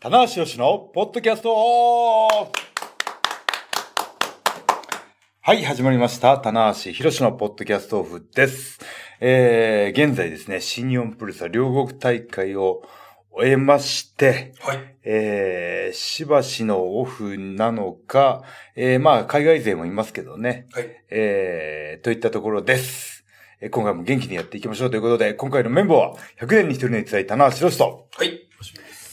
棚橋宏のポッドキャストオフはい、始まりました。棚橋宏のポッドキャストオフです。えー、現在ですね、新日本プロレスは両国大会を終えまして、はい。えー、しばしのオフなのか、えー、まあ、海外勢もいますけどね、はい。えー、といったところです。えー今回も元気にやっていきましょうということで、今回のメンバーは、100年に一人の逸材、棚橋宏と、はい。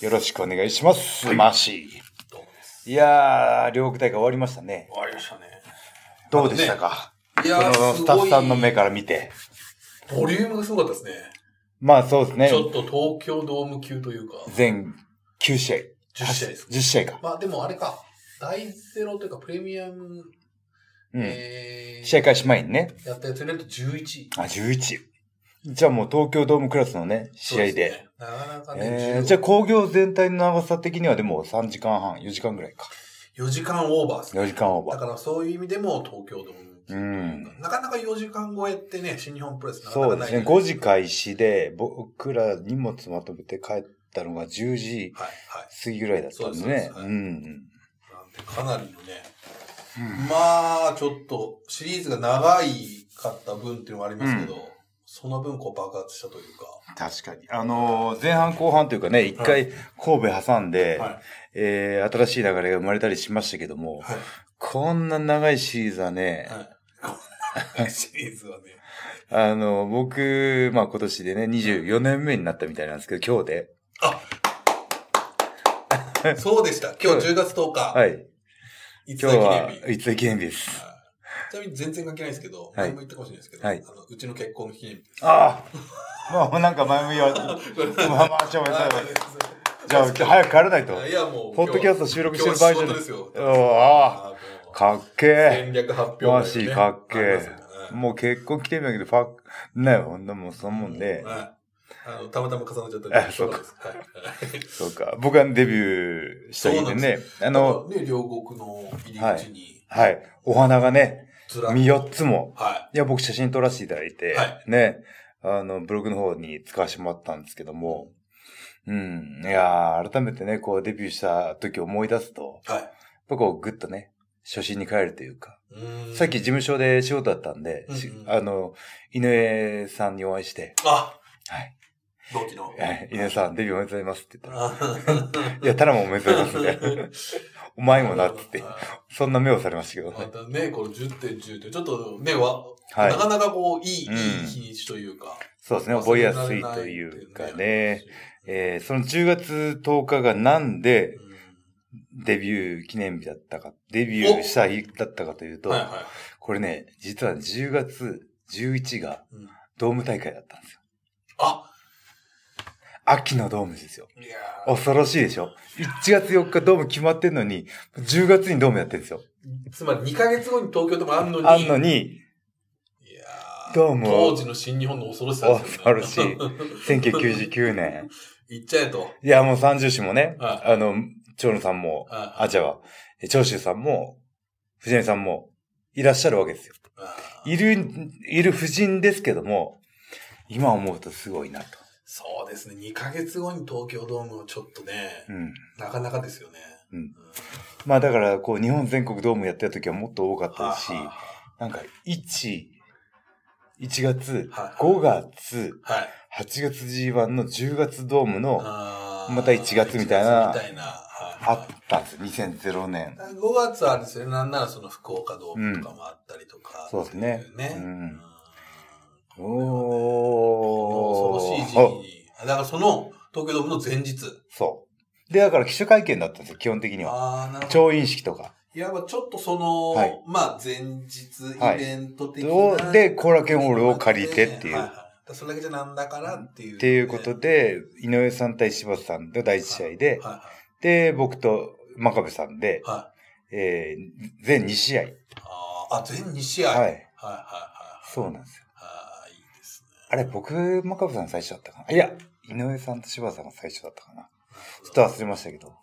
よろしくお願いします。はいマシどうもです。ー。いやー、両国大会終わりましたね。終わりましたね。どうでしたか、いやーそのすごいスタッフさんの目から見て。ボリュームがすごかったですね。まあそうですねち。ょっと東京ドーム級というか、全9試合。 10試合です。 10試合か。まあでもあれか、大ゼロというかプレミアム、うん。えー、試合開始前にね。やったやつになると11。あ、11。じゃあもう東京ドームクラスのね、試合で。そうすね。なかなかね、えー15じゃあ工業全体の長さ的にはでも3時間半、4時間ぐらいか。 4時間オーバーですね。 4時間オーだバからそういう意味でも東京ドーム級というか、なかなか4時間超えってね、新日本プロレスー。なかなそかうでないすね。5時開始で、僕ら荷物まとめて帰ったのが10時はい、はい。過ぎぐらいだったんでそうですね。そううですはいん。なんで、かなりのね、まあ、ちょっと、シリーズが長いかった分っていうのもありますけど、その分こう爆発したというか。確かに。あのー前半後半というかね、一回神戸挟んで、はい。えー新しい流れが生まれたりしましたけども、はい。こんな長いシリーズはね、はい。シリーズはね。あのー僕、まあ今年でね、24年目になったみたいなんですけど、今日で。そうでした。今日10月10日。。はいい。いつ今だ日記念は日。はい、 5日記念日です。ちなみに全然関係ないんですけど、前も言ったかもしれないですけど、はいあのうちの結婚記念日です。ああ まあなんか前も言われて、まあまあ、ちょ、おめでとうございますじゃあ、早く帰らないと。あいや、もう。ポッドキャストト収録してる場合じゃない。ですよ。あああ、のかっけえ。戦略発表マ会シねかっけありますよえね。もう結婚来てんだけど、ファック、ね、ほんなもうそんなもんで、はいあの、たまたま重なっちゃったんであそうかです。はいそうか。僕はデビューした日でね、あの、、ね、両国の入り口に、はい、お花がね、ずらっと4つも、はいや、僕写真撮らせていただいて、はね、あの、ブログの方に使わせてもらったんですけども、うん、いやー改めてね、こうデビューした時を思い出すと、い。はい。やっぱこうグッとね、初心に帰るというか、うーんさっき事。務所で仕事だったんで、うんうんしあの、井上さんにお会いして、あはい。同期の。えー、稲さん、デビューおめでとうございますって言ったら、 あいや、タラもおめでとうございます ね。お前もなっつって、はそんな目をされましたけどいまね。たね、この10点10点、ちょっとね、わ、はいなかなかこう、いい、いいうん日にちというか。そうですね、覚えやすいというかね。。ええーその10月10日がなんでうデビュー記念日だったか、デビューした日だったかというと、んはいはこれね、実は10月11がいうん。ドーム大会だったんですよ。あ秋のドームですよ。いやー恐ろしいでしょ ?1 月4日ドーム決まってんのに、10月にドームやってるんですよ。つまり2ヶ月後に東京でもあんのに。あんのに、いやーどうも当時の新日本の恐ろしさです恐よね。ろし い。1999年。行っちゃえと。いや、もう三十種もね、はあの、長野さんも、ああ、じゃあ、え長州さんも、藤波さんも、いらっしゃるわけですよ。いる、いる夫人ですけども、今思うとすごいなと。そうですね。2ヶ月後に東京ドームをちょっとね、うん。なかなかですよね。うんまあだから、こう、日本全国ドームやってた時はもっと多かったはですしい、なんか、1、1月、はい5月、はい。 8月 G1 の10月ドームの、あーまた1月みたいな1月みたいな。はいあったんですよ。2000年。 5月はあれですよね。なんならその福岡ドームとかもあったりとか。そうですねね。うんうんおー。恐ろしい時期に。だからその東京ドームの前日。そう。で、だから記者会見だったんですよ、基本的には。ああ、なるほど。調印式とか。いわばちょっとその、はいまあ前日イベント的な、をで、後楽園ホールを借りてっていう。はっはいそれだけじゃなんだからっていう、ていうことで、井上さん対柴田さんの第一試合で、はいはで、僕と真壁さんでい、はいえー、全2試合。あーあ全2試合、ははい、はいい。はいはいそうなんですよ。はいいいですねあれ、僕、真壁さん最初だったかな。いや、井上さんと柴田さんが最初だったかな。ちょっと忘れましたけど。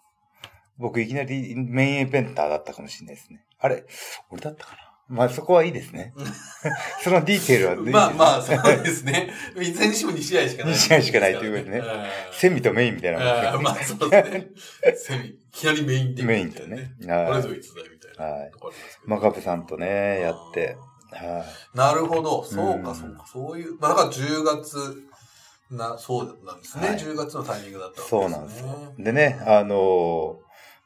僕、いきなりメインイベンターだったかもしれないですね。あれ、俺だったかな。まあそこはいいです ね。そのディテールはねまあまいいあ、ですそねうですね。いずれにしても2試合しかない、二試合しかないということでねセミとメインみたいなもんああまあそうですね。セミ、いきなりメインで。メインとね。。これはぞい。いつだみたいはいなとこありますけど。真壁さんとね、やって。はなるほど。そううか、んそうか。そういう、まあだから10月な、そうなんですね。はい10月のタイミングだったわけですね。そうなんですい。でね、あのー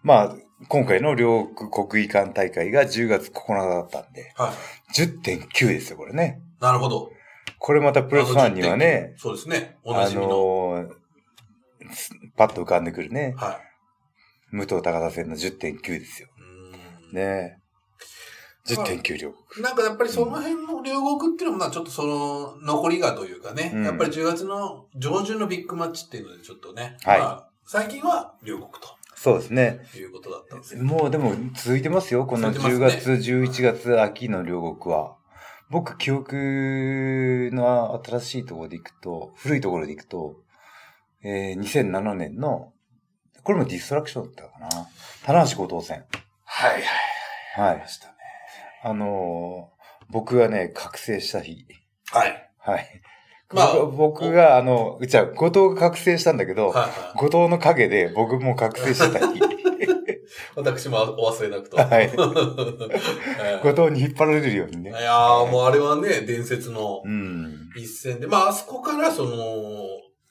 まあ、今回の両国技館大会が10月9日だったんで、はい。 10.9ですよ、これね。なるほど。これまたプロレスファンにはね、そうですね。おなあじみの。のーパッと浮かんでくるね、は武藤高田戦の10.9ですよ。い。うーんね10.9両国。なんかやっぱりその辺の両国っていうのもな、ちょっとその残りがというかね、うんやっぱり10月の上旬のビッグマッチっていうのでちょっとね、はいまあ、最近は両国そうですね。ということだったんですけど、もうでも続いてますよ、この続いて10ますね月、11月、秋の両国は。僕、記憶の新しいところで行くと、古いところで行くと、えー、2007年の、これもディストラクションだったかな。棚橋高等戦。はいはい。はありいま。したね。あのー僕がね、覚醒した日。はい。はい。まあ僕僕が、あの、うちは、後藤が覚醒したんだけど、はいはい。後藤の陰で僕も覚醒して た日。私もお忘れな くと。はいええ後藤に引っ張られるようにいね。やー、もうあれはね、伝説のうん。一戦で、まあ、あそこからその、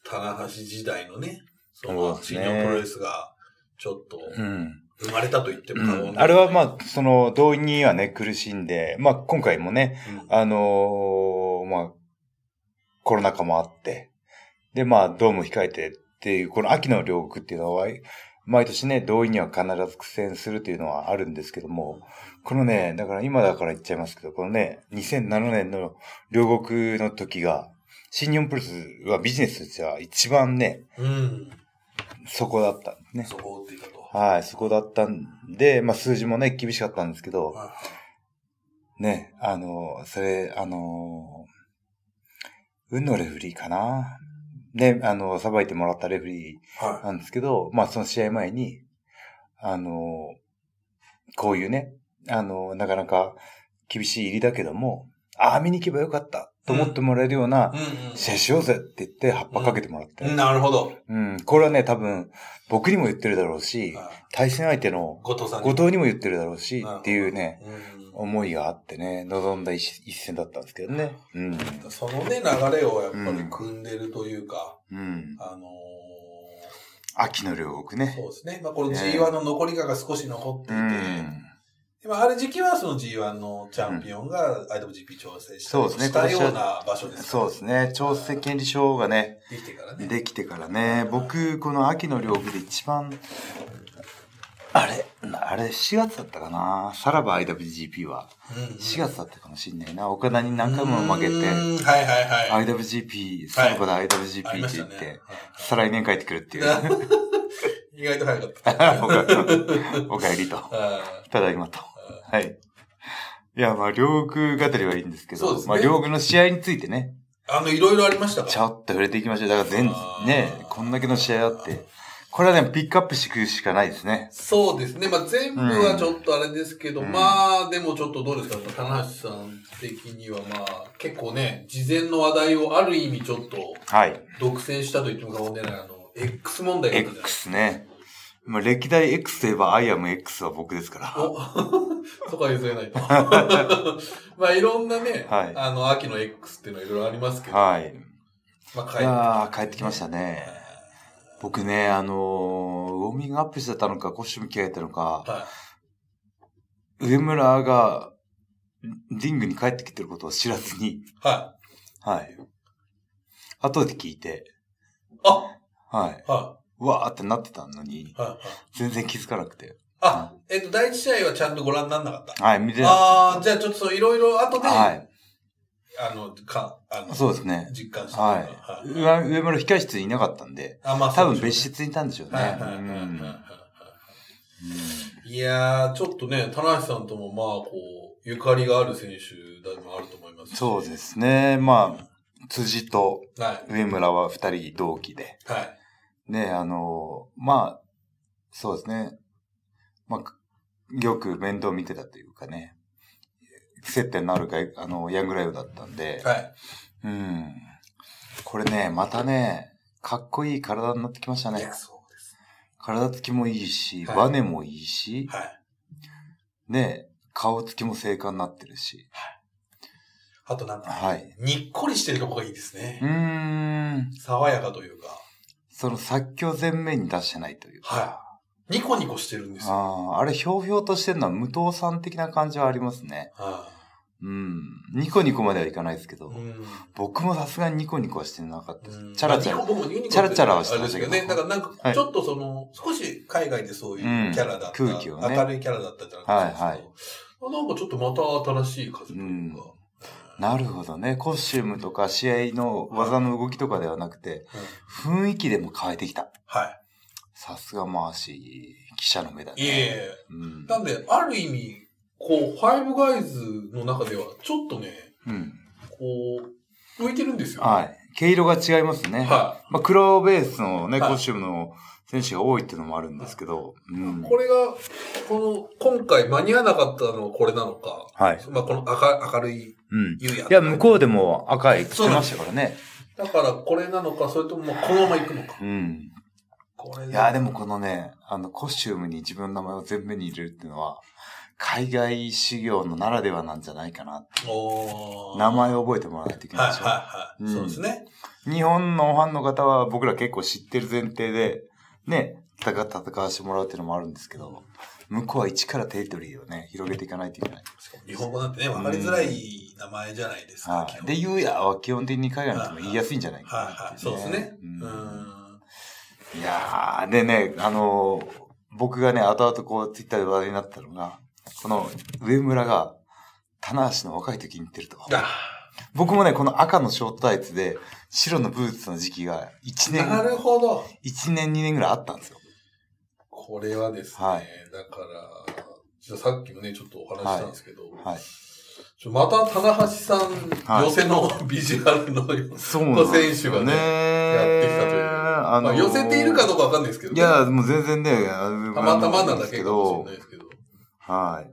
棚橋時代のね、そそうの、です新ね日本プロレスが、ちょっと、うん。生まれたと言っても過言ではない、あれはまあ、その、動員にはね、苦しんで、まあ、今回もね、うん、あのーまあ、コロナ禍もあって、で、まあ、ドーム控えてっていう、この秋の両国っていうのは、毎年ね、動員には必ず苦戦するというのはあるんですけども、このね、だから今だから言っちゃいますけど、このね、2007年の両国の時が、新日本プロレスはビジネスとしては一番ね、うん。そこだったんですね。そこを追っていたと。はい、そこだったんで、まあ数字もね、厳しかったんですけど、はね、あの、それ、あの、運のレフェリーかな。ね、あの、さばいてもらったレフェリい。ーは。、なんですけど、まあその試合前に、あの、こういうね、あの、なかなか厳しい入りだけども、ああ、見に行けばよかったと思ってもらえるようないうん、試合しようぜって言って、葉っぱかけてもらってうん。。なるほど。うん、これはね、多分、僕にも言ってるだろうし、はい対戦相手の後藤さんに後藤にも言ってるだろうし、っていうね、うん思いがあってね、望んだ一一戦だったんですけどね。うん。そのね、流れをやっぱり組んでるというか、うん。あの秋の両国ー、ね。そうですね。まあ、このね G1 の残りがが少し残っていて、うん。まあ、ある時期はその G1 のチャンピオンが IWGP 調整したそうりですねしたような場所です、そうですね。調整権利書がね、できてからね。できてからね、僕、この秋の両国で一番、あれ、あれ、4月だったかな。さらば IWGP は。うんうん4月だったかもしんないな。岡田に何回も負けうて、んはいはいはい。 IWGP、さらばだ IWGP ありまってし言たって、ね。再来年帰ってくるっていう。意外と早かっ た。おかおかえりと。あただいまと。はい。いや、まあ、両国語りはいいんですけそうど、ですねまあ、両国の試合についてね、ーあの、いろいろありましたかちょっと触れていきましょう。だから全あ、ーね、こんだけの試合あって、これはね、ピックアップしていくしかないですね。そうですね。まあ、全部はちょっとあれですけど、うんまあ、でもちょっとどうですか、棚橋さん的には、まあ、結構ね、事前の話題をある意味ちょっとはい。独占したと言っても過言ではない、あの、X 問題があったじゃないで X すか。ね。まあ、歴代 X といえば、アイアム X は僕ですかおそこは譲 れないと。まあ、いろんなね、はいあの、秋の X っていうのはいろいろありますけら。ど、はい。まあ、い帰っやー帰ってきましたね。僕ね、あのーウォーミングアップしてたのか、コスチューム着替えたのか、は上村が、リングに帰ってきてることを知らずに、い。ははい。後で聞いて、い。あはい。はうわーってなってたのにい。、はい。はい全然気づかなくて。あ、えっと、第一試合はちゃんとご覧にならなかった。はい、見てなああ、じゃあちょっとそういろいろ後い。で、はあの、か、あい。の、そうですね。実感してるはい。はい上上村控室にいなかったんで、あ、まあ、多そ分うで別しょ室にいたんでしょううねね。はいはいはういはいはいはんい。いやー、ちょっとね、田中さんともまあ、こう、ゆかりがある選手でもあると思いますしそうですね。まあ、辻とは上村は二人同期で。い。はい。ね、あの、まあ、そうですね。まあ、よく面倒見てたというかね。接点のあるかあの、ヤングライブだったんで、はい。うん。これね、またね、かっこいい体になってきましたいねや、。そうです。体つきもいいし、はいバネもいいし、はい。ね、顔つきも正解になってるし。あとなんか、はい。にっこりしてるとこがいいですねう。ーん。爽やかというか、その作曲全面に出してないというか。はい。ニコニコしてるんですよ。ああ、あれ、ひょうひょうとしてるのは無党さん的な感じはありますね。はうん。ニコニコまではいかないですけど、い。うん。僕もさすがにニコニコはしてなかったでうんす。チャラチャまラあ。僕もユニコーンってチャラチャラはしてましたけどあれですよね。だからなんか、はいちょっとその、少し海外でそういうキャラだった、うん空気をね明るいキャラだったじゃないですか。はいはいなんかちょっとまた新しい風というか。うんなるほどね。コスチュームとか試合の技の動きとかではなくて、うん雰囲気でも変えてきた。はさすが回し、記者の目だい。いえいね。え。うん。なんで、ある意味、こう、ファイブガイズの中では、ちょっとね、うん。こう、浮いてるんですよ、はい。毛色が違いますね。はまあ、黒ベースのね、はいコスチュームの選手が多いっていうのもあるんですけど、うんい。。これが、この、今回間に合わなかったのはこれなのか。はい。まあ、この明明るいうん。優也。いや、向こうでも赤い着てましたからね。だからこれなのか、それともまあこのまま行くのか。うん。これいや、でもこのね、あの、コスチュームに自分の名前を全面に入れるっていうのは、海外修行のならではなんじゃないかな。おー名前を覚えてもらわないといけなはいいはでしいょ。はうい。んそうですね。日本のファンの方は僕ら結構知ってる前提で、ね、戦戦わせてもらうっていうのもあるんですけど、向こうは一からテリトリーをね、広げていかないといけない。しかも日本語なんてね、わかりづらい名前じゃないですかは。基い。本で、ゆうやは基本的に海外の人も言いやすいんじゃないはいかはい。なそうですっていね。ううんん。いやー、でね、あのー僕がね、後々こう、ツイッターで話題になったのが、この上村が、棚橋の若い時に似てると。あ僕もね、この赤のショートタイツで、白のブーツの時期が、1 なる年、ほど。一年、2年ぐらいあったんですよ。これはですね、はいだから、じゃあさっきもね、ちょっとお話ししたんですけど、はい。ちょまた、棚橋さん、はい寄せのビジュアルのようそうなんですよねやってきたという。あまあ、寄せているかどうかわかんないですけど、いや、もう全然ね、あのたまたまなだけかもしれないですけど。はい。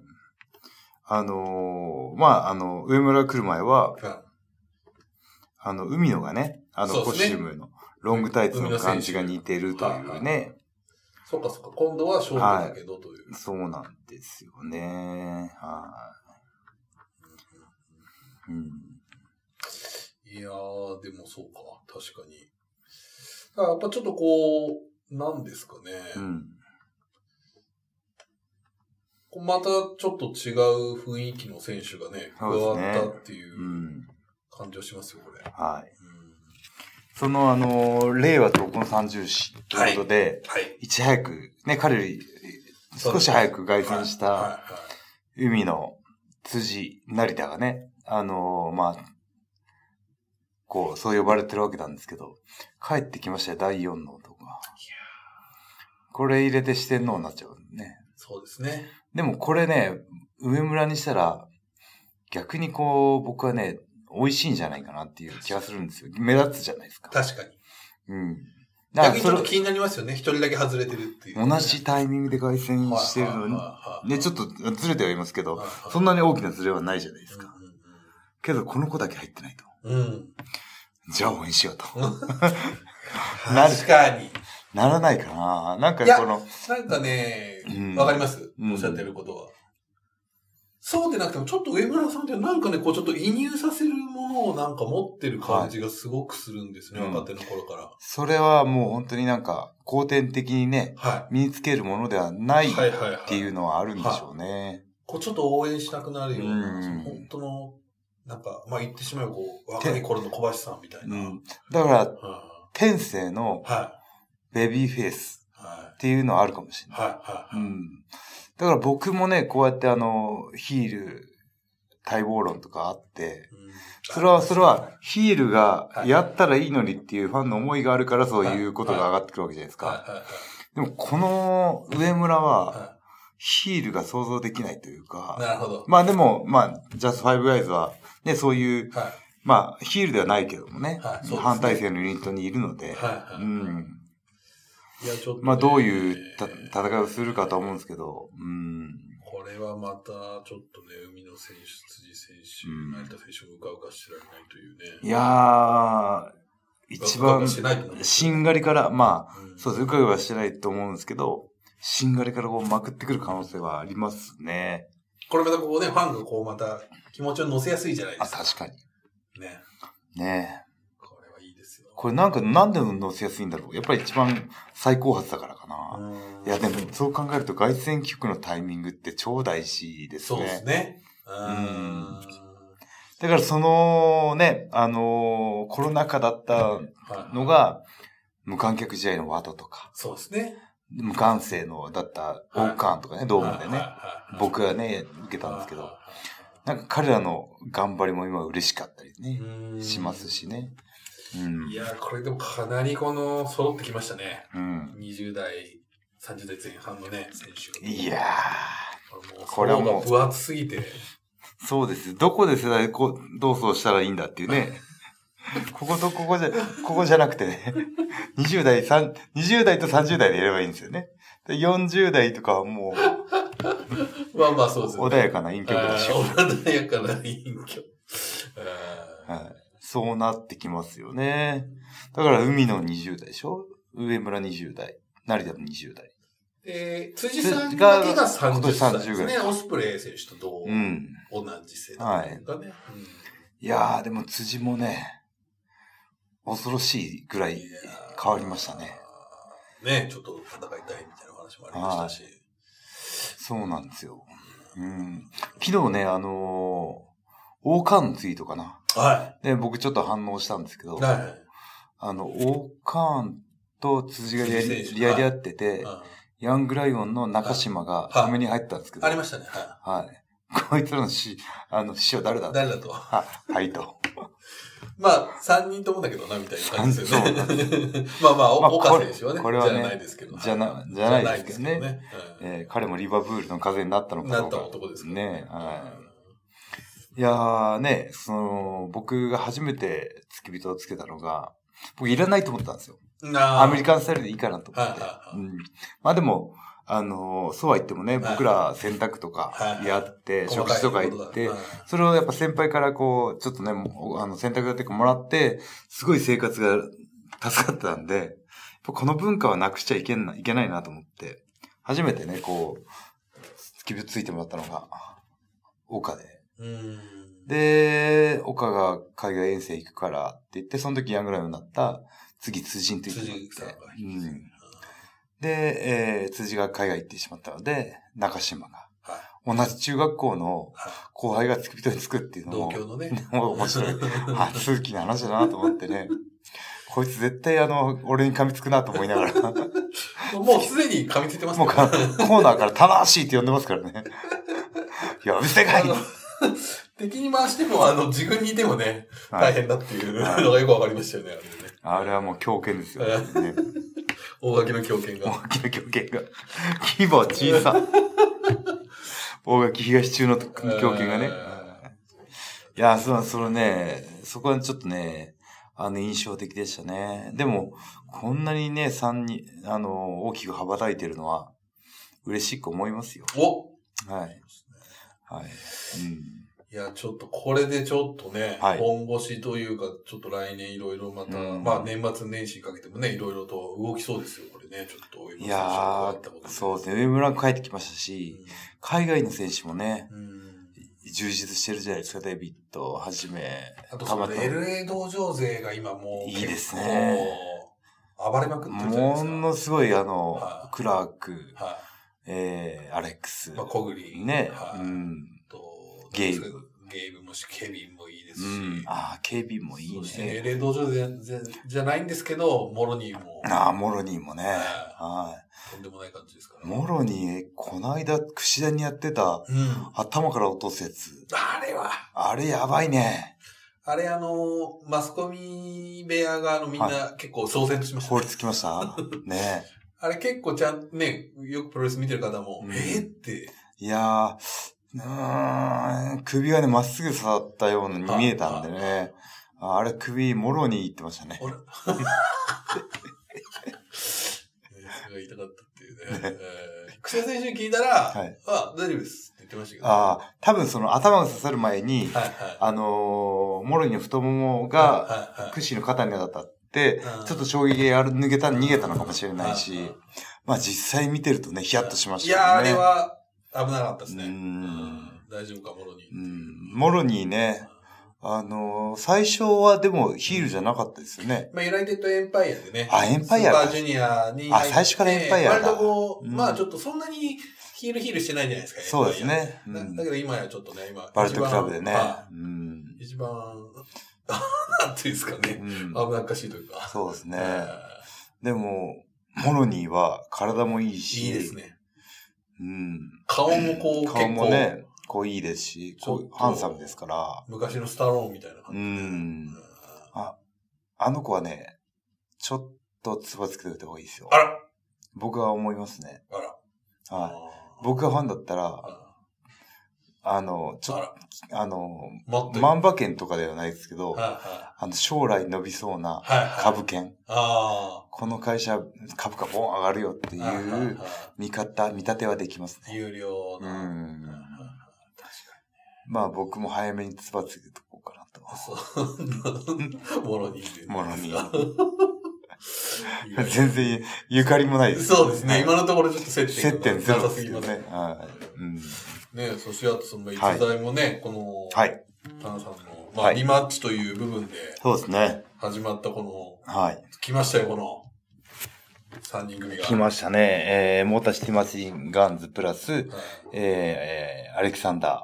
あのーまあ、あの、上村来る前は、はあの、海野がね、あの、そうコでスすねチュームのロングタイツの感じが似てるとい海野う選ね。いそっかそっか、今度は勝負だけどという。そうなんですよね。はい。うん。いやー、でもそうか、確かに。だからやっぱちょっとこう、なんですかね。うん。こうまたちょっと違う雰囲気の選手がね、加そうですわね。ったっていううん感じはしますよ、これ。はい。うんその、あのー令和闘魂三重士ということで、はい。い、ち早く、ね、彼より少し早く凱旋しはたい海の辻成田がね、あのーまあ、こう、そう呼ばれてるわけなんですけど、帰ってきましたよ、第4の男が。これ入れて四天王になっちゃうね。そうですね。でもこれね、上村にしたら、逆にこう、僕はね、美味しいんじゃないかなっていう気がするんですよ。目立つじゃないですか。確かに。うん。だから逆にちそょっとれ、気になりますよね。一人だけ外れてるっていう。同じタイミングで凱旋してるのに、にね、ちょっとずれてはいますけど、そんななに大きなずれはないじゃないですか。うんけど、この子だけ入ってないと。うんうん。じゃあ応援しようと。なる確かに。ならないかな。なんかいやこの、なんかねう、んわかりますうんおっしゃってることは。そうでなくても、ちょっと上村さんってなんかね、こうちょっと移入させるものをなんか持ってる感じがすごくするんですね、はい若手の頃から。それはもう本当になんか、後天的にね、は。身につけるものではないいっはいはいはい。ていうのはあるんでしょうね。こうちょっと応援したくなるよううな、んその本当の、なんか、まあ言ってしまえばこう、若い頃の小橋さんみたいな。ううんん。だから、は天性のい。はベビーフェイスい。はっていうのはあるかもしれい。ない。はうい。ん。だから僕もね、こうやってあの、ヒール、待望論とかあって、うんそれは、それは、、ヒールがやったらいいのにっていうファンの思いがあるからそういうことが上がってくるわけじゃないですはいか。はいはいでも、この上村は、はヒールが想像できないというい。か、なるほど。まあでも、まあ、ジャストファイブガイズは、ね、そういう、はまあ、ヒールではないけどもね、はいそうですね反対性のユニットにいるのい。で、はういはん。い。いや、ちょっとね。まあ、どういうた戦いをするかとは思うんですけど、うん。これはまた、ちょっとね、海野選手、辻選手、うん成田選手もうかうかしてられないというね。いやー、一番、しんがりから、まあ、うんそうです。うかうかしてないと思うんですけど、しんがりからこうまくってくる可能性はありますね。これまたここね、ファンがこうまた気持ちを乗せやすいじゃないであ、すか。確かに。ね。ねこれはいいですよ。これなんか、なんで乗せやすいんだろう。やっぱり一番最高発だからかな。うんいや、でも、そう考えると、外線キックのタイミングって超大事ですそうね。ですね。ううんん。だから、そのね、あのーコロナ禍だったのが、無観客試合のワドとか、そうですね。無観戦の、だった、オーカーンとかね、ドームではいはいね、はいはい僕がね、受けたんですけど、はなんか彼らの頑張りも今嬉しかったりいね、はいはいします。しね。うんい。や、これでもかなりこの、揃ってきましたね。うん。 20代、30代前半のね、選手。いやもうこれはもう層が分厚すぎて。ー、そうです。どこで世代こうどうそうしたらいいんだっていう ね。こことここじゃ、ここじゃなくてね。20代、三20代と30代でやればいいんですよね。で40代とかはもまあまあそうですう、穏やかな陰極でしょ。あー穏やかな陰虚。あはい。そうなってきますよね。だから海の20代でしょ上村20代。成田の20代。ーえー辻さんだけが30歳です今年ね。オスプレイ選手と同、うん。同じ世代とかね。うんいやー、でも辻もね、恐ろしいぐらいいやー変わりましたね。。ね、ちょっと戦いたいみたいな話もありましたし。そうなんですよ。うん。昨日ね、あのー、王冠のツイートかな。はね、僕ちょっと反応したんですけどい。、はあの、王冠と辻がや辻り選手やり合ってい。て、うんヤングライオンの中島が止めに入ったんですけど、ありは。ましたね。はいこいつらの師、あの、師匠誰だい。誰だと。は、はいと。まあ、3人ともだけどな、みたいな感じですよねそうなん。 まあまあ、まあ岡選手はね、これこれはじねゃないですけど。じゃな、じゃないですけどじゃなね。いですけどね。うんえー彼もリバプールの風になったのかなどっうたか。男ですからねはいやーね、その、僕が初めて付き人をつけたのが、僕いらないと思ったんですよ。うんなあアメリカンスタイルでいいかなと思って。はいはいはいうん、まあでも、あのーそうは言ってもね、はい僕ら洗濯とはいかはいやって、細食事とかい行こだってうん、それをやっぱ先輩からこう、ちょっとね、もうあの洗濯だっていうかもらって、すごい生活が助かったんで、やっぱこの文化はなくしちゃいけないいけないなと思って、初めてね、こう、付き人ついてもらったのが、岡で。うん。で、岡が海外遠征行くからって言って、その時ヤングライオンになった、次辻についてもらって辻さんがうん。で、えー辻が海外行ってしまったので、中島が。はい同じ中学校のは後輩が付き人につくっていういの同も、居のね。もう面 白い。あ、通気な話だなと思ってね。こいつ絶対あの、俺に噛みつくなと思いながら。も うもうすでに噛みついてますねかコーナーから楽しいって呼んでますから ね。いや、うるせえかいあの 敵に回しても、あの、自分にいてもね、は大い変だっていうはいのがよくわかりましたよね、あれね。あれはもう狂犬ですよ。えね、大垣の狂犬が。大きな狂犬が。規模は小さ。大垣東中の狂犬がねえ。いや、そう、それね、そこはちょっとね、あの、印象的でしたね。でも、こんなにね、三人、あの、大きく羽ばたいてるのは、嬉しく思いますよ。おはい。はい。ういや、ちょっと、これでちょっとね、はい本腰というか、ちょっと来年いろいろまた、うんまあ年末年始にかけてもね、いろいろと動きそうですよ、これね、ちょっと。ん。いやー、そうですね。上村が帰ってきましたし、海外の選手もね、うん。うん充実してるじゃないですか、デビットはじめ。あとそのたまたま LA 道場勢が今もういいですね結構暴れまくってるじゃないですもか。のすごい、あのは、いクラーク、はえー、アレックスい。。まあ、小栗。ね、はい、うん。と、ゲイブ。ゲイブもし、ケビンもいいですうし。ん。ああ、警備もいいそしてね。エレ道場じゃじゃないんですけど、モロニーもああ、モロニーもね。はとんでもない感じですかい。ら。モロニー、こないだ、串田にやってた、うん。頭から落とすやつ。あれは、あれやばいね。あれあの、マスコミ部屋があのみんな結構騒然としました凍ね、りつきま したねあれ結構ちゃん、ね、よくプロレス見てる方も、うんえーって。え。いやー、うーん、首がね、まっすぐ刺さったように見えたんでね。ああれ首、モロニーいってましたね。 俺 すごい痛かったっていうね。えー苦戦選手に聞いたら、はいあ、大丈夫ですって言ってましたけど。はああ、多分その頭が刺さる前にい、はあのー、もろにの太ももい。が、はいはいクッシーの肩に当たってうん、ちょっと衝撃がある抜けた、逃げたのかもしれないうんうしん、まあ実際見てるとね、ヒヤッとしましいやたよー、あね。れは危なかったですね。うーんうん大丈夫か、もろに。うん、もろにね、あのー、最初はでもヒールじゃなかったですよね。まあ、ユナイテッドエンパイアでね。あエンパイアかスーパージュニアに入って。あ最初からエンパイアだ割とこう、うんまあちょっとそんなにヒールヒールしてないじゃないですか。そうですね。エンパイア。うんだだけど今やちょっとね、今。バルトクラブで一ね番は。うん。い一番、なんていうんですかうね。ん危なっかしいというか。そうですね。えでも、モロニーは体もいいーし、いいですね。うん。顔もこう、結顔構、もね、こういいですし、ちょこっうとハンサムですから、昔のスタローンみたいな感じうで。んあの子はね、ちょっとつばつけておいた方がいいですよあ。ら僕は思いますね。あら。はい。い。僕がファンだったら、ああの、ちょあっら、と、あの、もっと。万馬券とかではないですけど、はいは。あの、将来伸びそうないはいはい。株券。あこの会社、株価ボーン上がるよってあ。いはいはいうはい見方、見立てはできますね。有料うな。んはいはいはい確まあ僕も早めにつばつけておこうかなと。かに。そう。 もろにっていう。もろにいや 全然ゆかりもないです。そうですね。はい今のところちょっと接点接点ゼなロさですすぎよますね。はねい。うんねそしてあとその逸材もね、この、はい。タナさんの、まあ、はいリマッチという部分でそうですね。始まったこはい。の、来ましたよ、この、3人組が。来ましたね。えー、モーターシティマシンガンズプラス、はいえー、えーアレキサンダ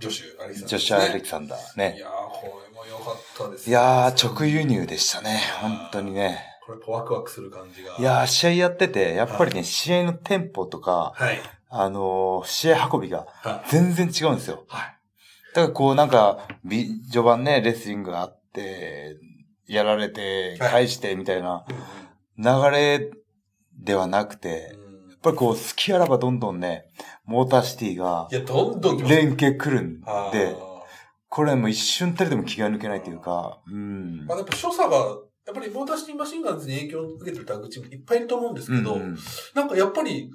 ジョシュ・アレキー、さん、ジョシュア・アレキキサンダーいね。やー、これも良かったです、いやー、直輸入でしたね。本当にね。これ、ワクワクする感じが。いやー、試合やってて、やっぱりね、試合のテンポとか、はい。あのー試合運びがはい。全然違うんですよ。はい。だからこうなんか、び序盤ね、レスリングがあって、やられて、はい返してみたいな流れではなくて、やっうんぱりこう好きあらばどんどんね、モーターシティがいや、どんどん来ます連携来るんあーで、これはもう一瞬たりでも気が抜けないというか、うんま。あ、やっぱ所作が、やっぱりモーターシティマシンガンズに影響を受けてるタッグチームいっぱいいると思うんですうけんど、うん、なんかやっぱり、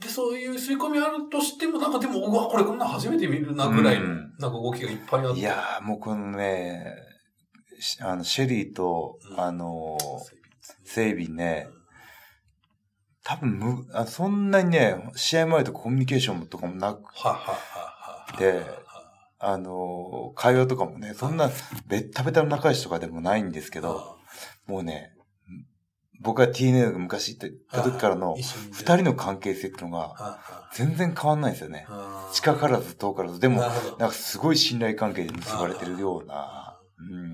で、そういう吸い込みあるとしても、なんかでも、うわ、これこんな初めて見るなぐらいの、うんなんか動きがいっぱいあって。いやーもうこのね、しあの、シェリーと、うんあのー、整備ですね、セイビンね、多分むあ、そんなにね、試合前とコミュニケーションとかもなくはははは。であの、会話とかもね、そんな、べったべたの仲良しとかでもないんですけけど、、もうね、僕が TNA が昔行った時からの、二人の、の関係性っていうのが、は全然変わんないんですよね。は近からず遠からず、でもな、るほどなんかすごい信頼関係で結ばれてるような、うん、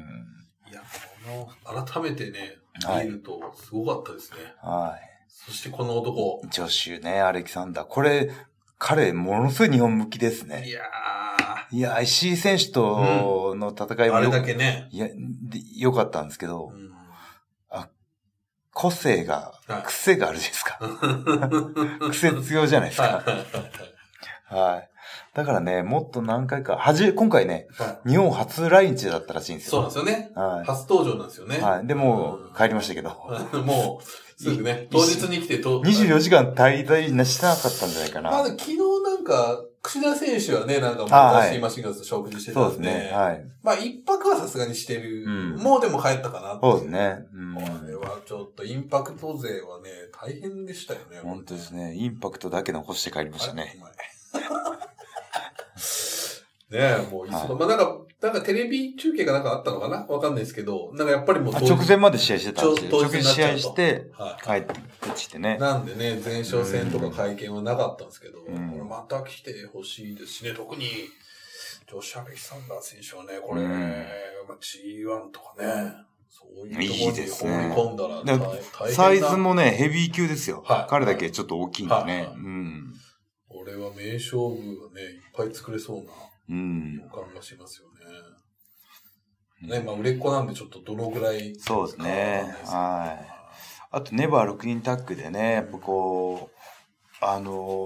いや、この、改めてね、はい見ると、すごかったですね。はそしてこの男。い。助手ね、アレキサンダー。これ、彼、ものすごい日本向きですいね。やいや、石井選手との戦いー、もあれよだけね。いや、で良かったんですけど、うん個性がはい、癖があるじゃないですか。癖強じゃないですか。はい。だからね、もっと何回か、はじ、今回ね、は日本初来日だったらしいんでいすそうなんよ。ですよね。は初登場なんですよね。い。はい。で、もうんう、帰りましたけど、 もう、すぐね、当日に来て、と24時間滞在なしてなかったんじゃないかまあ、な。昨日なんか、串田選手はね、なんかもう、あはいダンシーマシンガンズと食事してそたうんですで、ね。はい。まあ、一泊はさすがにしてる。うんもうでも帰ったかなっていそうです。ね。うこれん。はちょっとインパクト勢はね、大変でしたよね。本当ですね。インパクトだけ残して帰りましたね。あ れ。お前ねえ、もういつの、まあなんか、なんかテレビ中継がなんかあったのかなわかんないですけど、なんかやっぱりもうあ当日直前まで試合してたんですよ。当直前日になっ試ちゃ合うしとて、はい帰ってきてね。なんでね、前哨戦とか会見はなかったんですけど、んこれまた来てほしいですしね、特に、ジョシュ・アレキサンダー選手はね、これ、うんまあ G1 とかね、そういういいでとすころねに放り込んだら大で大も変なサイズもね、ヘビー級ですよ。はい彼だけちょっと大きいんでね。はいはいうん。これは名勝負がね、いっぱい作れそうなうん予。感がしますよね。ね、まあ売れっ子なんでちょっとどのぐらいかそうですねわかんないですけどはいあと、ネバー6人タッグでね、やっぱこう、あ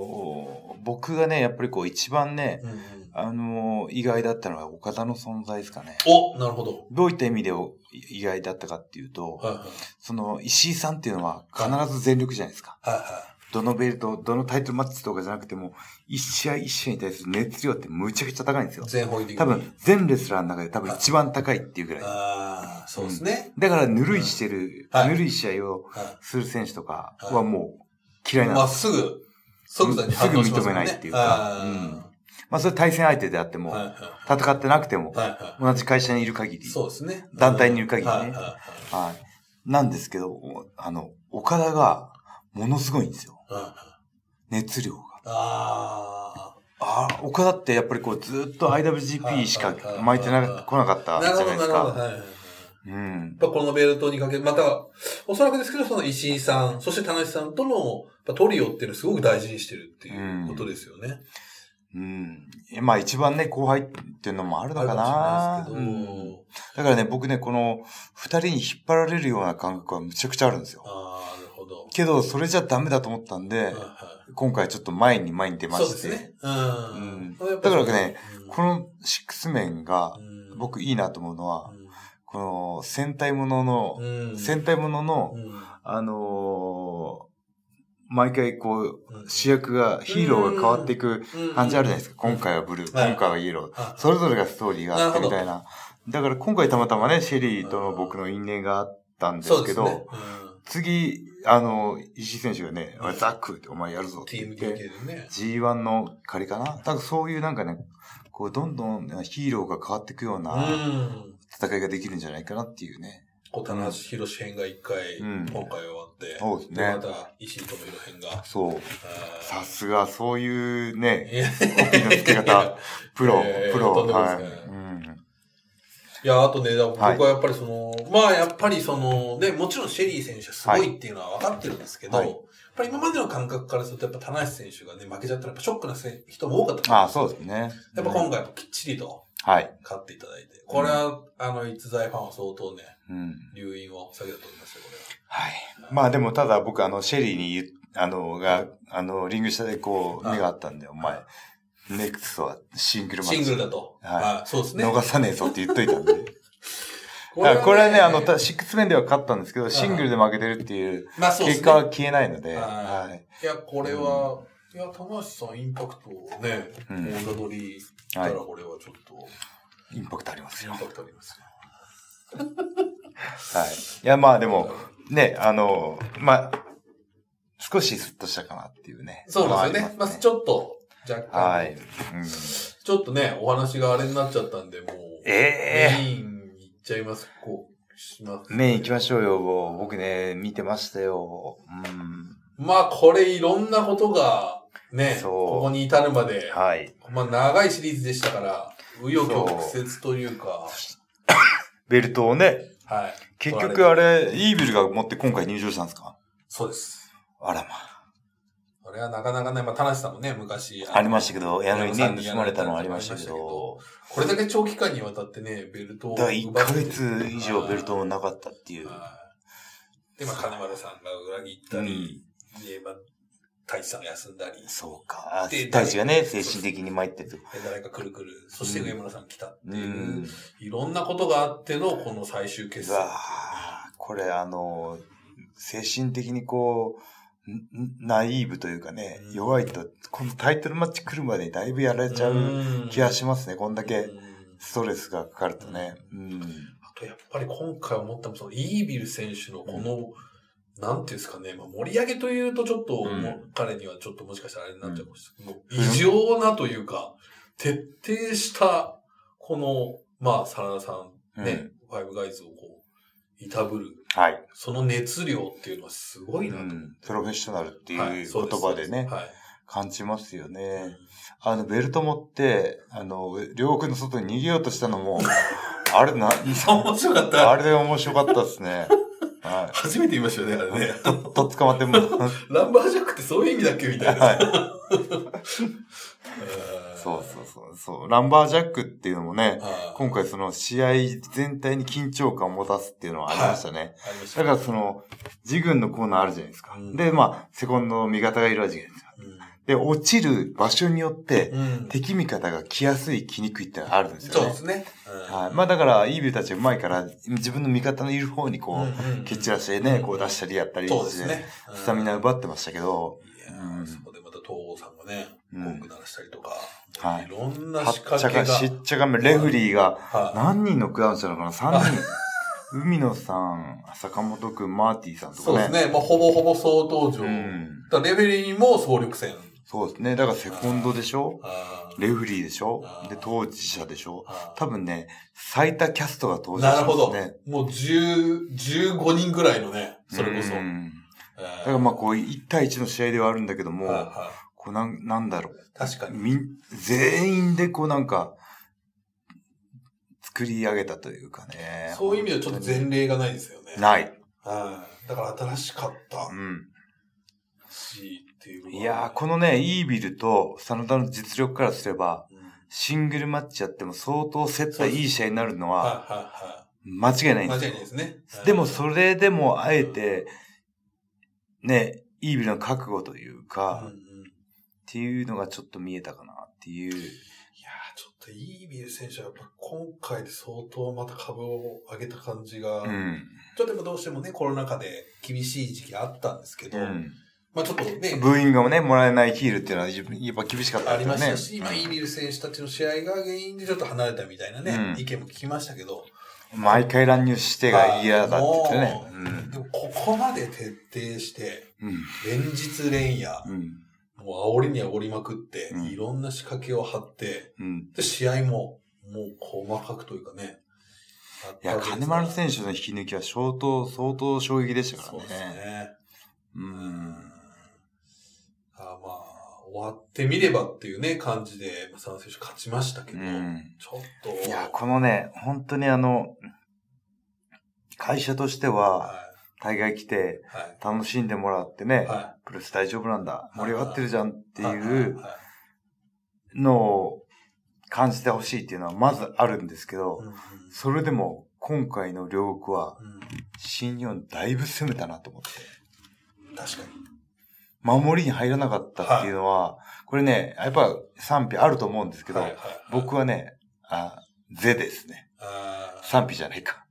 のー僕がね、やっぱりこう一番ね、うんうんあのー意外だったのは岡田の存在ですかね。おなるほど。どういった意味でお意外だったかっていうと、はいはい。その石井さんっていうのは必ず全力じゃないですか。はいはどのベルト、どのタイトルマッチとかじゃなくても、一試合一試合に対する熱量ってむちゃくちゃ高いんですよ。全方位的に。多分、全レスラーの中で多分一番高いっていうぐらい。ああ、そうですね。だから、ぬるいしてる、はいぬるい試合をはする選手とかはもう嫌いなんまであ、す。すぐ、即座に反応しますもんね。すぐ認めないっていうかあーまあ、それ対戦相手であっても、はいはい戦ってなくても、はいは同じ会社にいる限い。り。そうですね。団体にいる限りねはいはいはいはい。なんですけど、おあの、岡田が、ものすごいんですよ。うんうん熱量が。あああ、岡田ってやっぱりこう、ずっとはいはい IWGP しか巻いてなはい来なかったあ。じなゃなるほど、いでなするほど。か。はいはいはい。うん。やっぱこのベルトにかけ、また、おそらくですけど、その石井さん、そして田無さんとのやっぱトリオっていうのをすごく大事にしてるっていうことですよね。うん。まあ一番ね、後輩っていうのもあるのあるかかな。もしれうないですけど。んだからね、僕ね、この二人に引っ張られるような感覚はむちゃくちゃあるんですよ。ああ、なるほど。けど、それじゃダメだと思ったんで、はい今回ちょっと前に前に出はまいそうでしすて、ね。うん。うんだからねうん、このシックス面がうん、僕いいなと思うのは、うこの戦隊ものの、ん、戦隊ものの、うん、あのー毎回こうんう、主役が、ヒーローが変わっていく感じあるじゃないですか。今回はブルー、はい今回はイエロー。あそれぞれがストーリーがあってみたいな。だから今回たまたまね、シェリーとの僕の因縁があったんでそすうけですど、ね。次、あの、石井選手がね、うんザックってお前やるぞっチてー言ムっ DK て、でね。 G1 の仮かなだからそういうなんかね、こう、どんどんヒーローが変わっていくようう。なん戦いができるんじゃないかなっていうね。こう、田中宏編が一回、うん今回終わって、そうですねでまた、石井智弘編が。そう。さすが、そういうが ね、いやコピーの付け 方、プロえ、ープロ、とんでもはないい。ですねうんいや、あとね、だからはい僕はやっぱりその、まあやっぱりその、ね、もちろんシェリー選手はすごいっていうのは分かってるんですけど、はいやっぱり今までの感覚からすると、やっぱ田無選手がね、負けちゃったらやっぱショックなせ人も多かったと思あんあ、すそうですね。やっぱ今回もきっちりとはい。勝っていただいて、これは、あの、逸材ファンは相当ね、うん。留飲を下げたと思いますよ、これはい。まあでも、ただ僕、あの、シェリーに言う、あの、が、あの、リング下でこう、はい目があったんで、お前、ネクストはシングルは。マッシチ。ングルだと。はいあそうですね。逃さねえぞって言っといたんで。 こだからこれはね、あの、たシックス面では勝ったんですけど、シングルで負けてるっていう、まあそうです結ね。果は消えないので、ははい。いや、これは、いや、田無さん、インパクトをね、うん大田取りしたら、これはちょっと、インパクトありますインよ。パはい。クトありますね。いや、まあでも、ね、あの、まあ、少しスッとしたかなっていうね。そうなんでのすよはね。あまりあ、ちょっと、若干、はい。うんちょっとね、お話があれになっちゃったんで、もう、ええメインいっちゃいます。こう、します。メイン行きましょうよ。もう僕ね、見てましたよ。うん。まあ、これいろんなことが、ね、そうここに至るまで、はい。まあ、長いシリーズでしたから、紆余曲折というか、ベルトをね、はい。結取局らあれて、れ、イービルが持って今回入場したんですかそうです。あらまあ。これはなかなかね、まあ、田無さんもね、昔、ありましたけど、矢野に矢野さんね、に盗まれたのはありましたけど、これだけ長期間にわたってね、ベルトをだから奪って。 1ヶ月以上ベルトもなかったっていう。はいで、まあ、金丸さんが裏切ったうり、ん。で、まあ、太一さんが休んだり、そうか。あで大地がね、精神的に参ってる。で誰かくるくる、そして上村さん来たってういう、ん。いろんなことがあっての、この最終決う戦。わあこれあの、精神的にこう、んんナイーブというかね、うん弱いと、このタイトルマッチ来るまでにだいぶやられちゃう気がしますね。こんだうけんストレスがかかるとね。うん。あと、やっぱり今回思ったのは、その、イービル選手のこの、なんていうんですかね、まあ、盛り上げというと、ちょっと、うんもう彼にはちょっともしかしたらあれになっちゃうかもしれない。もう異常なというか、徹底した、この、まあ、サラダさんうんね、ファイブガイズをこう、いたぶる、はい、その熱量っていうのはすごういなと。ん。プロフェッショナルっていはいうそう言です葉でね、はい。感じますよね。うあの、ベルト持って、あの、両国の外に逃げようとしたの も、あれな、ん面白かった。あれ面白かったですね。は初めて言いましたよね、あれね。い。と、とっ捕まっても、ランバージャックってそういう意味だっけみたいな。はい。うんそうそうそうそう。ランバージャックっていうのもね、はい今回その試合全体に緊張感を持たすっていうのはありましたね。ありましただからその、ジグンのコーナーあるじゃないですか。うんで、まあ、セコンドの味方がいるわけじゃないですか。で、落ちる場所によって、うん。敵味方が来やすい、来にくいってのがあるんですそようね。ですね。はい。まあだから、イービルたちうまいから、自分の味方のいる方にこう、蹴散らしてね、こう出したりやったたりして、そうですね。スタミナ奪ってましたけど、うん。いうんそこでまた東郷さんがね、うん文句鳴らしたりとか、はいいろんなはっ仕掛ちゃけがか、。しっちゃかめ、レフリーが、は何人ノックダウンしたのかな ?3 人。海野さん、坂本くん、マーティさんい、とそかね。うですね。まあ、ほぼほぼ総登場。うん。だからレベリーも総力戦。そうですね。だからセコンドでしょあーレフリーでしょあーで、当事者でしょあー多分ね、最多キャストが登場なしるほますどね。。もう10、15人ぐらいのね、それこそ。うんえだーからまあこう、1対1の試合ではあるんだけども、はいはこうなん、なんだろう。い確かに。みん、全員でこうなんか、作り上げたというかね。そういう意味ではちょっと前例がないですよね。ない。はい。だから新しかったうん。し、っていうのは。いやー、このね、イービルと真田の実力からすれば、うんシングルマッチやっても相当接待いい試合になるのはいはは間違いないいはい。ん間違ですいよないですね。でもそれでもあえて、ね、イービルの覚悟というは、か、うんうっんていうのがちょっと見えたかなっていう。いやーちょっとイービル選手はやっぱ今回で相当また株を上げた感じが、うん。ちょっとやっぱどうしてもね、コロナ禍で厳しい時期あったんですけど、うん。まあちょっとね、ブーイングもね、もらえないヒールっていうのはやっぱ厳しかったあでりすよね。ましたし、今イービル選手たちの試合が原因でちょっと離れたみたいなね、うん意見も聞きましたけど、毎回乱入してが嫌だって言ってね。でもここまで徹底して、うん。連日連夜、うん。うん。もう煽りに煽りまくって、うんいろんな仕掛けを張って、うん。で、試合も、もう細かくというかね。いや、金丸選手手の引き抜きは相当、相当衝撃でしたからね。そうですね。う。うんあまあ、終わってみればっていうね、感じで、まあ佐野選手勝ちましたけうど、ん。ちょっと。いや、このね、本当にあの、会社としては、は大会来てい、、は楽しんでもらってねい、、はプロレス大丈夫なんだ、い盛り上がってるじゃんってい。いうははのを感じてほしいっていうのはまずあるんですけはどい、うんそれでも今回の両国は、うん新日本だいぶ攻めたなと思って。うん確かに。守りに入らなかったっていうのは、これね、やっぱ賛否あると思うんですけど、はいはい僕はね、あ、ぜですね。あー賛否じゃないか。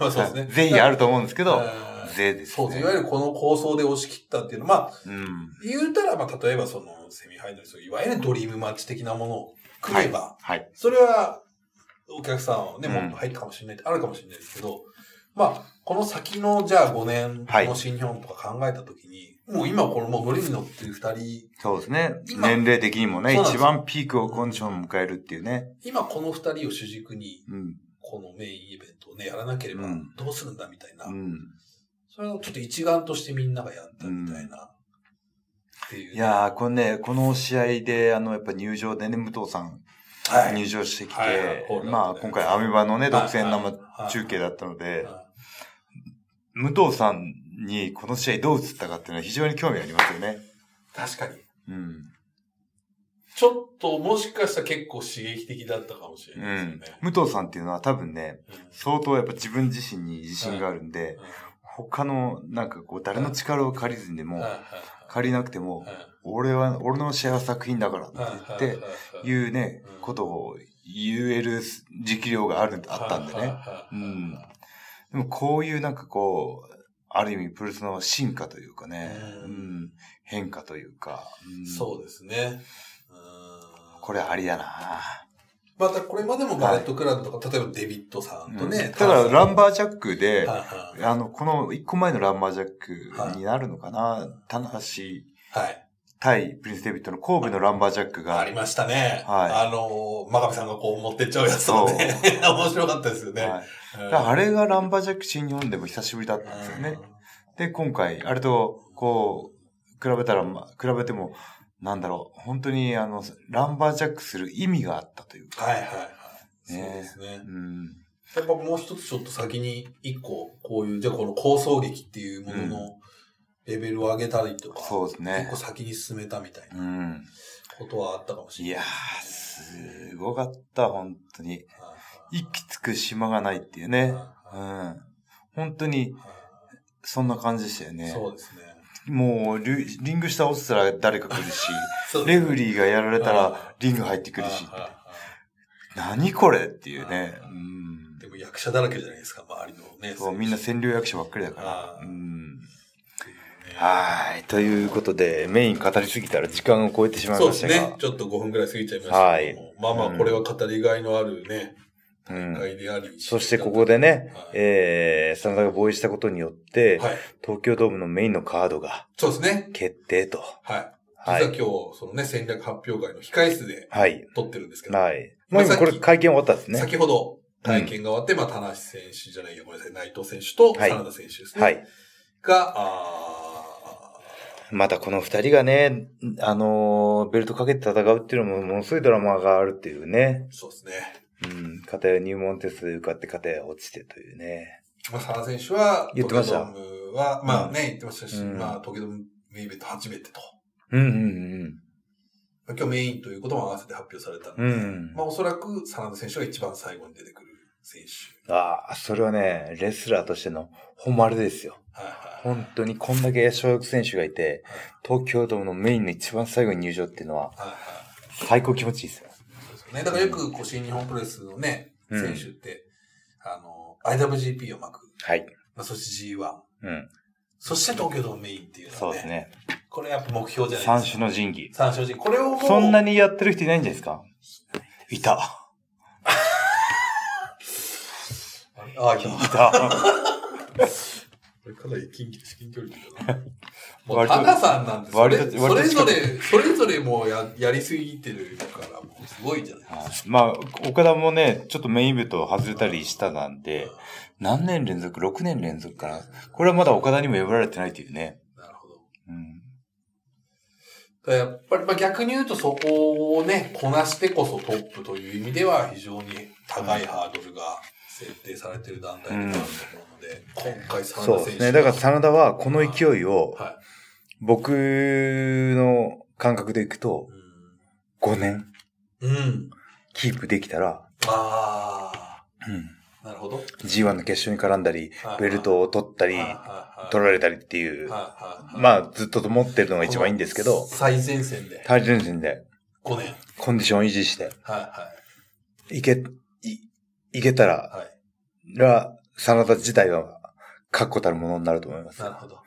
まあ そうですね。ぜひあると思うんですけど、あーぜですそうね。ですね。いわゆるこの構想で押し切ったっていうのは、まあ、うん。言うたら、まあ、例えばその、セミファイナルそういわゆるドリームマッチ的なものを組めば、はい。それは、お客さんはね、うんもっと入るかもしれないってあるかもしれないですけど、まあ、この先の、じゃあ5はい年の新日本とか考えたときに、もう今このもう乗りに乗ってる2人、そうですね。今年齢的にもね、そうなん一です番ピークをコンディションを迎えるっていうね。今この2人を主軸に、うん。このメインイベントをね、やらなければうんどうするんだみたいな、うん。それをちょっと一丸としてみんながやったみたいな、っていうね、いやー、このね、この試合で、あの、やっぱ入場でね、武藤さんはい、入場してきて、はいはいはいまあ、今回アメバのね、独占はい生はいはい中継だったので、はい武藤さんにこの試合どう映ったかっていうのは非常に興味ありますよね。確かに。うん。ちょっともしかしたら結構刺激的だったかもしれうないんですよね。。武藤さんっていうのは多分ね、うん相当やっぱ自分自身に自信があるんで、他のなんかこう誰の力を借りずにでうんもはい、借りなくてもはい、はい俺は、俺の試合は作品だからっはてい言って、いうねうん、ことを言える力量がある、あったんではいはね。いはいうんでもこういうなんかこう、ある意味プロレスの進化というかね、ううんん、変化というか、うんそうですね。うんこれありやなまたこれまでもガレットクラブとか、例えばデビッドさんとね。だから、ランーバージャックで、はいはいあの、この一個前のランバージャックになるのかな、棚橋はい。対プリンス・デビットの神戸のランバージャックあがり、ましたね。はいあの、真壁さんがこう持ってっちゃうやつもね。 面白かったですよね。はいうんだからあれがランバージャック新日本でも久しぶりだったんですよね。で、今回、あれと、こう、比べたら、まあ、比べても、なんだろう、本当に、あの、ランバージャックする意味があったというか、はいはいはい。そうねですね。うん、やっぱもう一つちょっと先に一個こういう、じゃあこの構想劇っていうもののレベルを上げたりとか、そうです結ね構。先に進めたみたいなうん。ことはあったかもしいれやない。ー、すごかった、本当に。はい息つく島がないっていうね。うはん。本当にい、はそんな感じでしたよいね。そうですね。もうリュ、リング下落ちたら誰か来る し、そうレフリーがやられたらあリング入ってくるし、はいはいは何これっていうね。あうーんいでも役者だらけじゃないですか、周りのね。そう、みんなっ占領役者ばっかりだかあら。ーうん。ていうはい。ということで、メイン語りすぎたら時間を超えてしまいそうまでしすたねが。。ちょっと5分くらい過ぎちゃいましたけども。まあまうあ、んこれは語りがいのあるね、うん。会であり。そしてここでねはい、えー、真田が防衛したことによって、はい。東京ドームのメインのカードがそうですね。決定と。はい。は実はい今。日、そのね、戦略発表会の控え室ではい。撮ってるんですけど、はい。もう今これ会見終わったんですね。先ほど体験が終わって、まあ、田無選手じゃないや、ごめんなさい、内藤選手と、はい真田選手ですね。はい。が、あまたこの二人がね、あのーベルトかけて戦うっていうのも、ものすごいドラマがあるっていうね。ーそうですね。うん。片や入門テストで受かって、片や落ちてというね。まあ、真田選手は、言ってました東京ドームは、まあね、言ってましたし、うんまあ、東京ドームメインイベント初めてと。うんうんまあ今日メインということも合わせて発表されたので、うん。うん。まあ、おそらく、真田選手が一番最後に出てくる選手。ああ、それはね、レスラーとしての誉れですよ。はいはい。本当にこんだけ小学選手がいて、東京ドームのメインの一番最後に入場っていうのは、はいはい。最高気持ちいいですよ。そうですよね。だからよく、こう、新日本プロレスのね、うん選手って、あの、IWGP を巻く、はい。まあ、そして G1、うん。そして東京ドームメインっていうのはそうです。ね。これやっぱ目標じゃない三です種か。の神器。三種の。これをもう、そんなにやってる人いないんじゃないですかいた。ああ、いやいた。 これかなり近距離、至近距離だな。もう、割とタカさんなんてそれ、割とそれ割とぞれ、それぞれもうや、やりすぎてるから、もうすごいじゃないですか。まあ、岡田もね、ちょっとメインイベント外れたりしたなんで、何年連続 ?6 年連続かなこれはまだ岡田にも破られてないっていうね。なるほど。だうん。からやっぱり、まあ逆に言うとそこをね、こなしてこそトップという意味では非常に高いハードルが設定されてる団体になると思うので、今回サそうですね。だから、真田はこの勢いを、は僕の感覚でいくとい。、う5ん年うん。キープできたら、あうん、あ、なるほど。 G1 の決勝に絡んだりはい、ベルトを取ったりはい、はい取られたりっていう、はいはいまあ、ずっと持ってるのが一番いいんですけこのど、最前線で。対人陣で5年。コンディション維持して、はいはいけ、い、いけたら、い。はい。ら、真田自体は、確固たるものになると思いますな。るほど。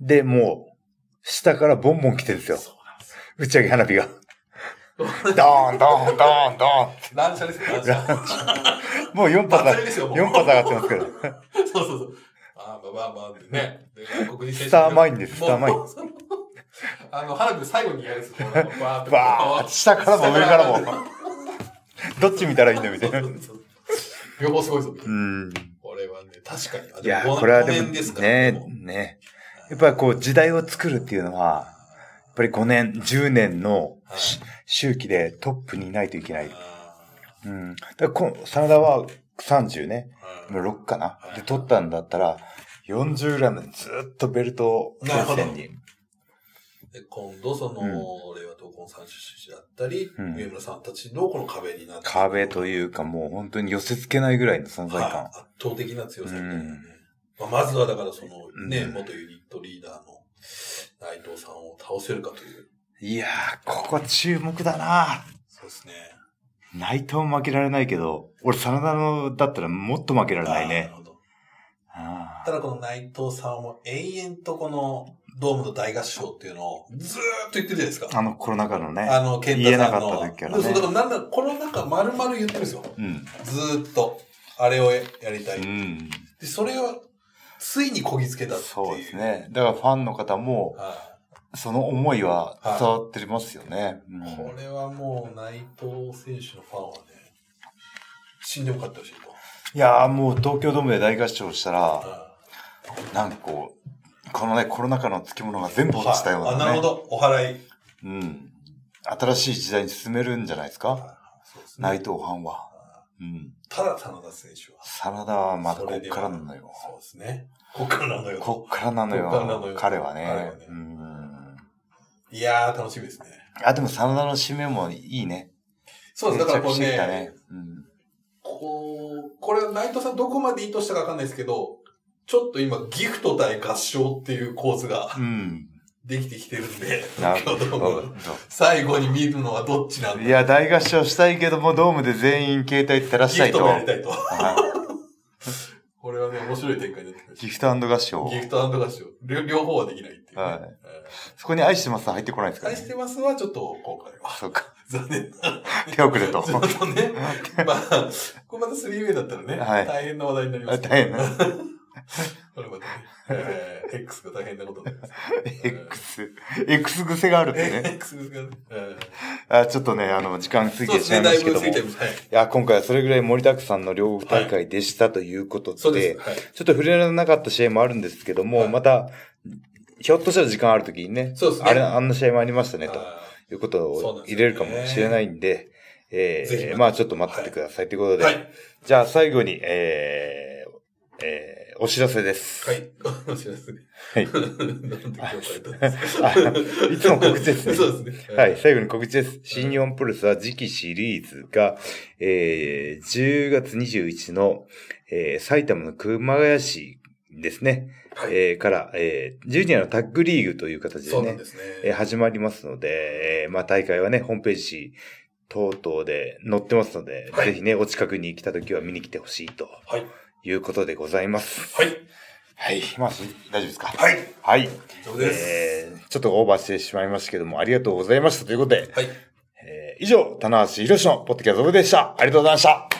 で、もう、下からボンボン来てるんですよ。そうなんですよ。打ち上げ花火が。ドーン、ドーン、ドーン、ド乱射ですよ、乱 射。ーン。もう4バッ発チリですよ、もう。 4発上がってますけど。 そうそうそう。あーまあまあまあってね。で外国人選手スターマインですもうスターマインその あの、花火最後にやるんですよ。こうバーってバーッ下からも上からも。 どっち見たらいいんだみたいな。そううそうそう両方すごいぞ、みたいな。ん。これはね、確かに。あいや、もこれはで五も年ですからね、もうね。やっぱりこう、時代を作るっていうのは、やっぱり5年、10年のし周期でトップにいないといけない。あうん。だからこ、真田は30ね、ーうん6かな。で、取ったんだったら、40ぐらいまでずっとベルトをなるほど前線に。で今度、その、うん令和闘魂三種出身だったり、うん上村さんたちのこの壁になって。壁というかもう本当に寄せ付けないぐらいの存在はい感。圧倒的な強さみたいなね。うんまあ、まずはだからそのね、うん元ユニットリーダーの内藤さんを倒せるかという。いやー、ここ注目だなそうですね。内藤も負けられないけど、俺、真田のだったらもっと負けられないあーなねる。ほど。あただこの内藤さんも延々とこのドームの大合唱っていうのをずーっと言ってるじゃないですーあか。の、コロナ禍のね。あの、健太さんの。言えなかった時からねそう、だからなんだ、この中丸々言ってるんですよ。うん。ずーっと。あれをやりたい。うん。で、それを、ついにこぎつけたっていう。そうです。ね。だからファンの方も、はその思いは伝わってますよね。うい。こんれはもう、内藤選手のファンはね、死んでも勝ってほしいと。いやー、もう東京ドームで大合唱したら、あなんかこう、このね、コロナ禍のつきものが全部落ちたようなね。なるほど。お祓い。うん。新しい時代に進めるんじゃないですかそうですね内藤藩は。うん。ただ、真田選手は。真田はまだそこれっではからなのよ。そうですね。こっからなのよ。こっからなのよ。こっからなのよ彼はね。彼はねうん。いやー、楽しみですね。あ、でも真田の締めもいいね。そうです。だからこれめちゃくちゃいいね、うん。こう、これ、内藤さんどこまで意図したかわかんないですけど、ちょっと今、ギフト対合唱っていう構図がうん。できてきてるんで、な東るほ京ドーム。ど。最後に見るのはどっちなんだいや、大合唱したいけども、ドームで全員携帯垂らしギたフいトと。もやりたいと。はこれはね、面白い展開になってくる。ギフト合唱。ギフト合唱。両両方はできないっていう、ね。はいえそこに愛してますは入ってこないんですーか愛ね。してますはちょっと今回は。そうか。残念。手遅れと。ちょっ とね、まあ、これまた 3way だったらね、はい大変な話題になりまあすけど大 変な。これまたね、えー X が大変なことになります。 X。X 癖があるってね。 X ですからね。えあ、ちょっとね、あの、時間過ーぎそうてでしすまいね、まだいしたけぶども。過ぎちゃいいます。はい。や、今回はそれぐらい盛りだくさんの両国大会でしたということそうで、です。はい。ちょっと触れられなかった試合もあるんですけども、はいまた、ひょっとしたら時間あるときにね、そうですねあれ、あんな試合もありましたね、とあいうことそうなをんです入よれるかもしれないんで、ぜひえー、またまあちょっと待っててくださいということーで、はい。じゃあ最後に、えー、えー、お知らせです。はい。お知らせね。はい なんで今日書いたんです かいつも告知ですね そうですね。はい、。最後に告知です。新日本プロレスは次期シリーズが、えー、10月21日の、えー埼玉の熊谷市ですね、はいえーから、えー、ジュニアのタッグリーグという形そでうなんねで、すね。えー始まりますので、えーまあ大会はね、ホームページ等々で載ってますので、はいぜひね、お近くに来た時は見に来てほしいとはい。いうことでございます。はい。はい、まあし大丈夫ですかはい。はい。以上です。えーちょっとオーバーしてしまいましたけども、ありがとうございましたということで、はい。えー以上、棚橋宏のポッドキャスト部でした。ありがとうございました。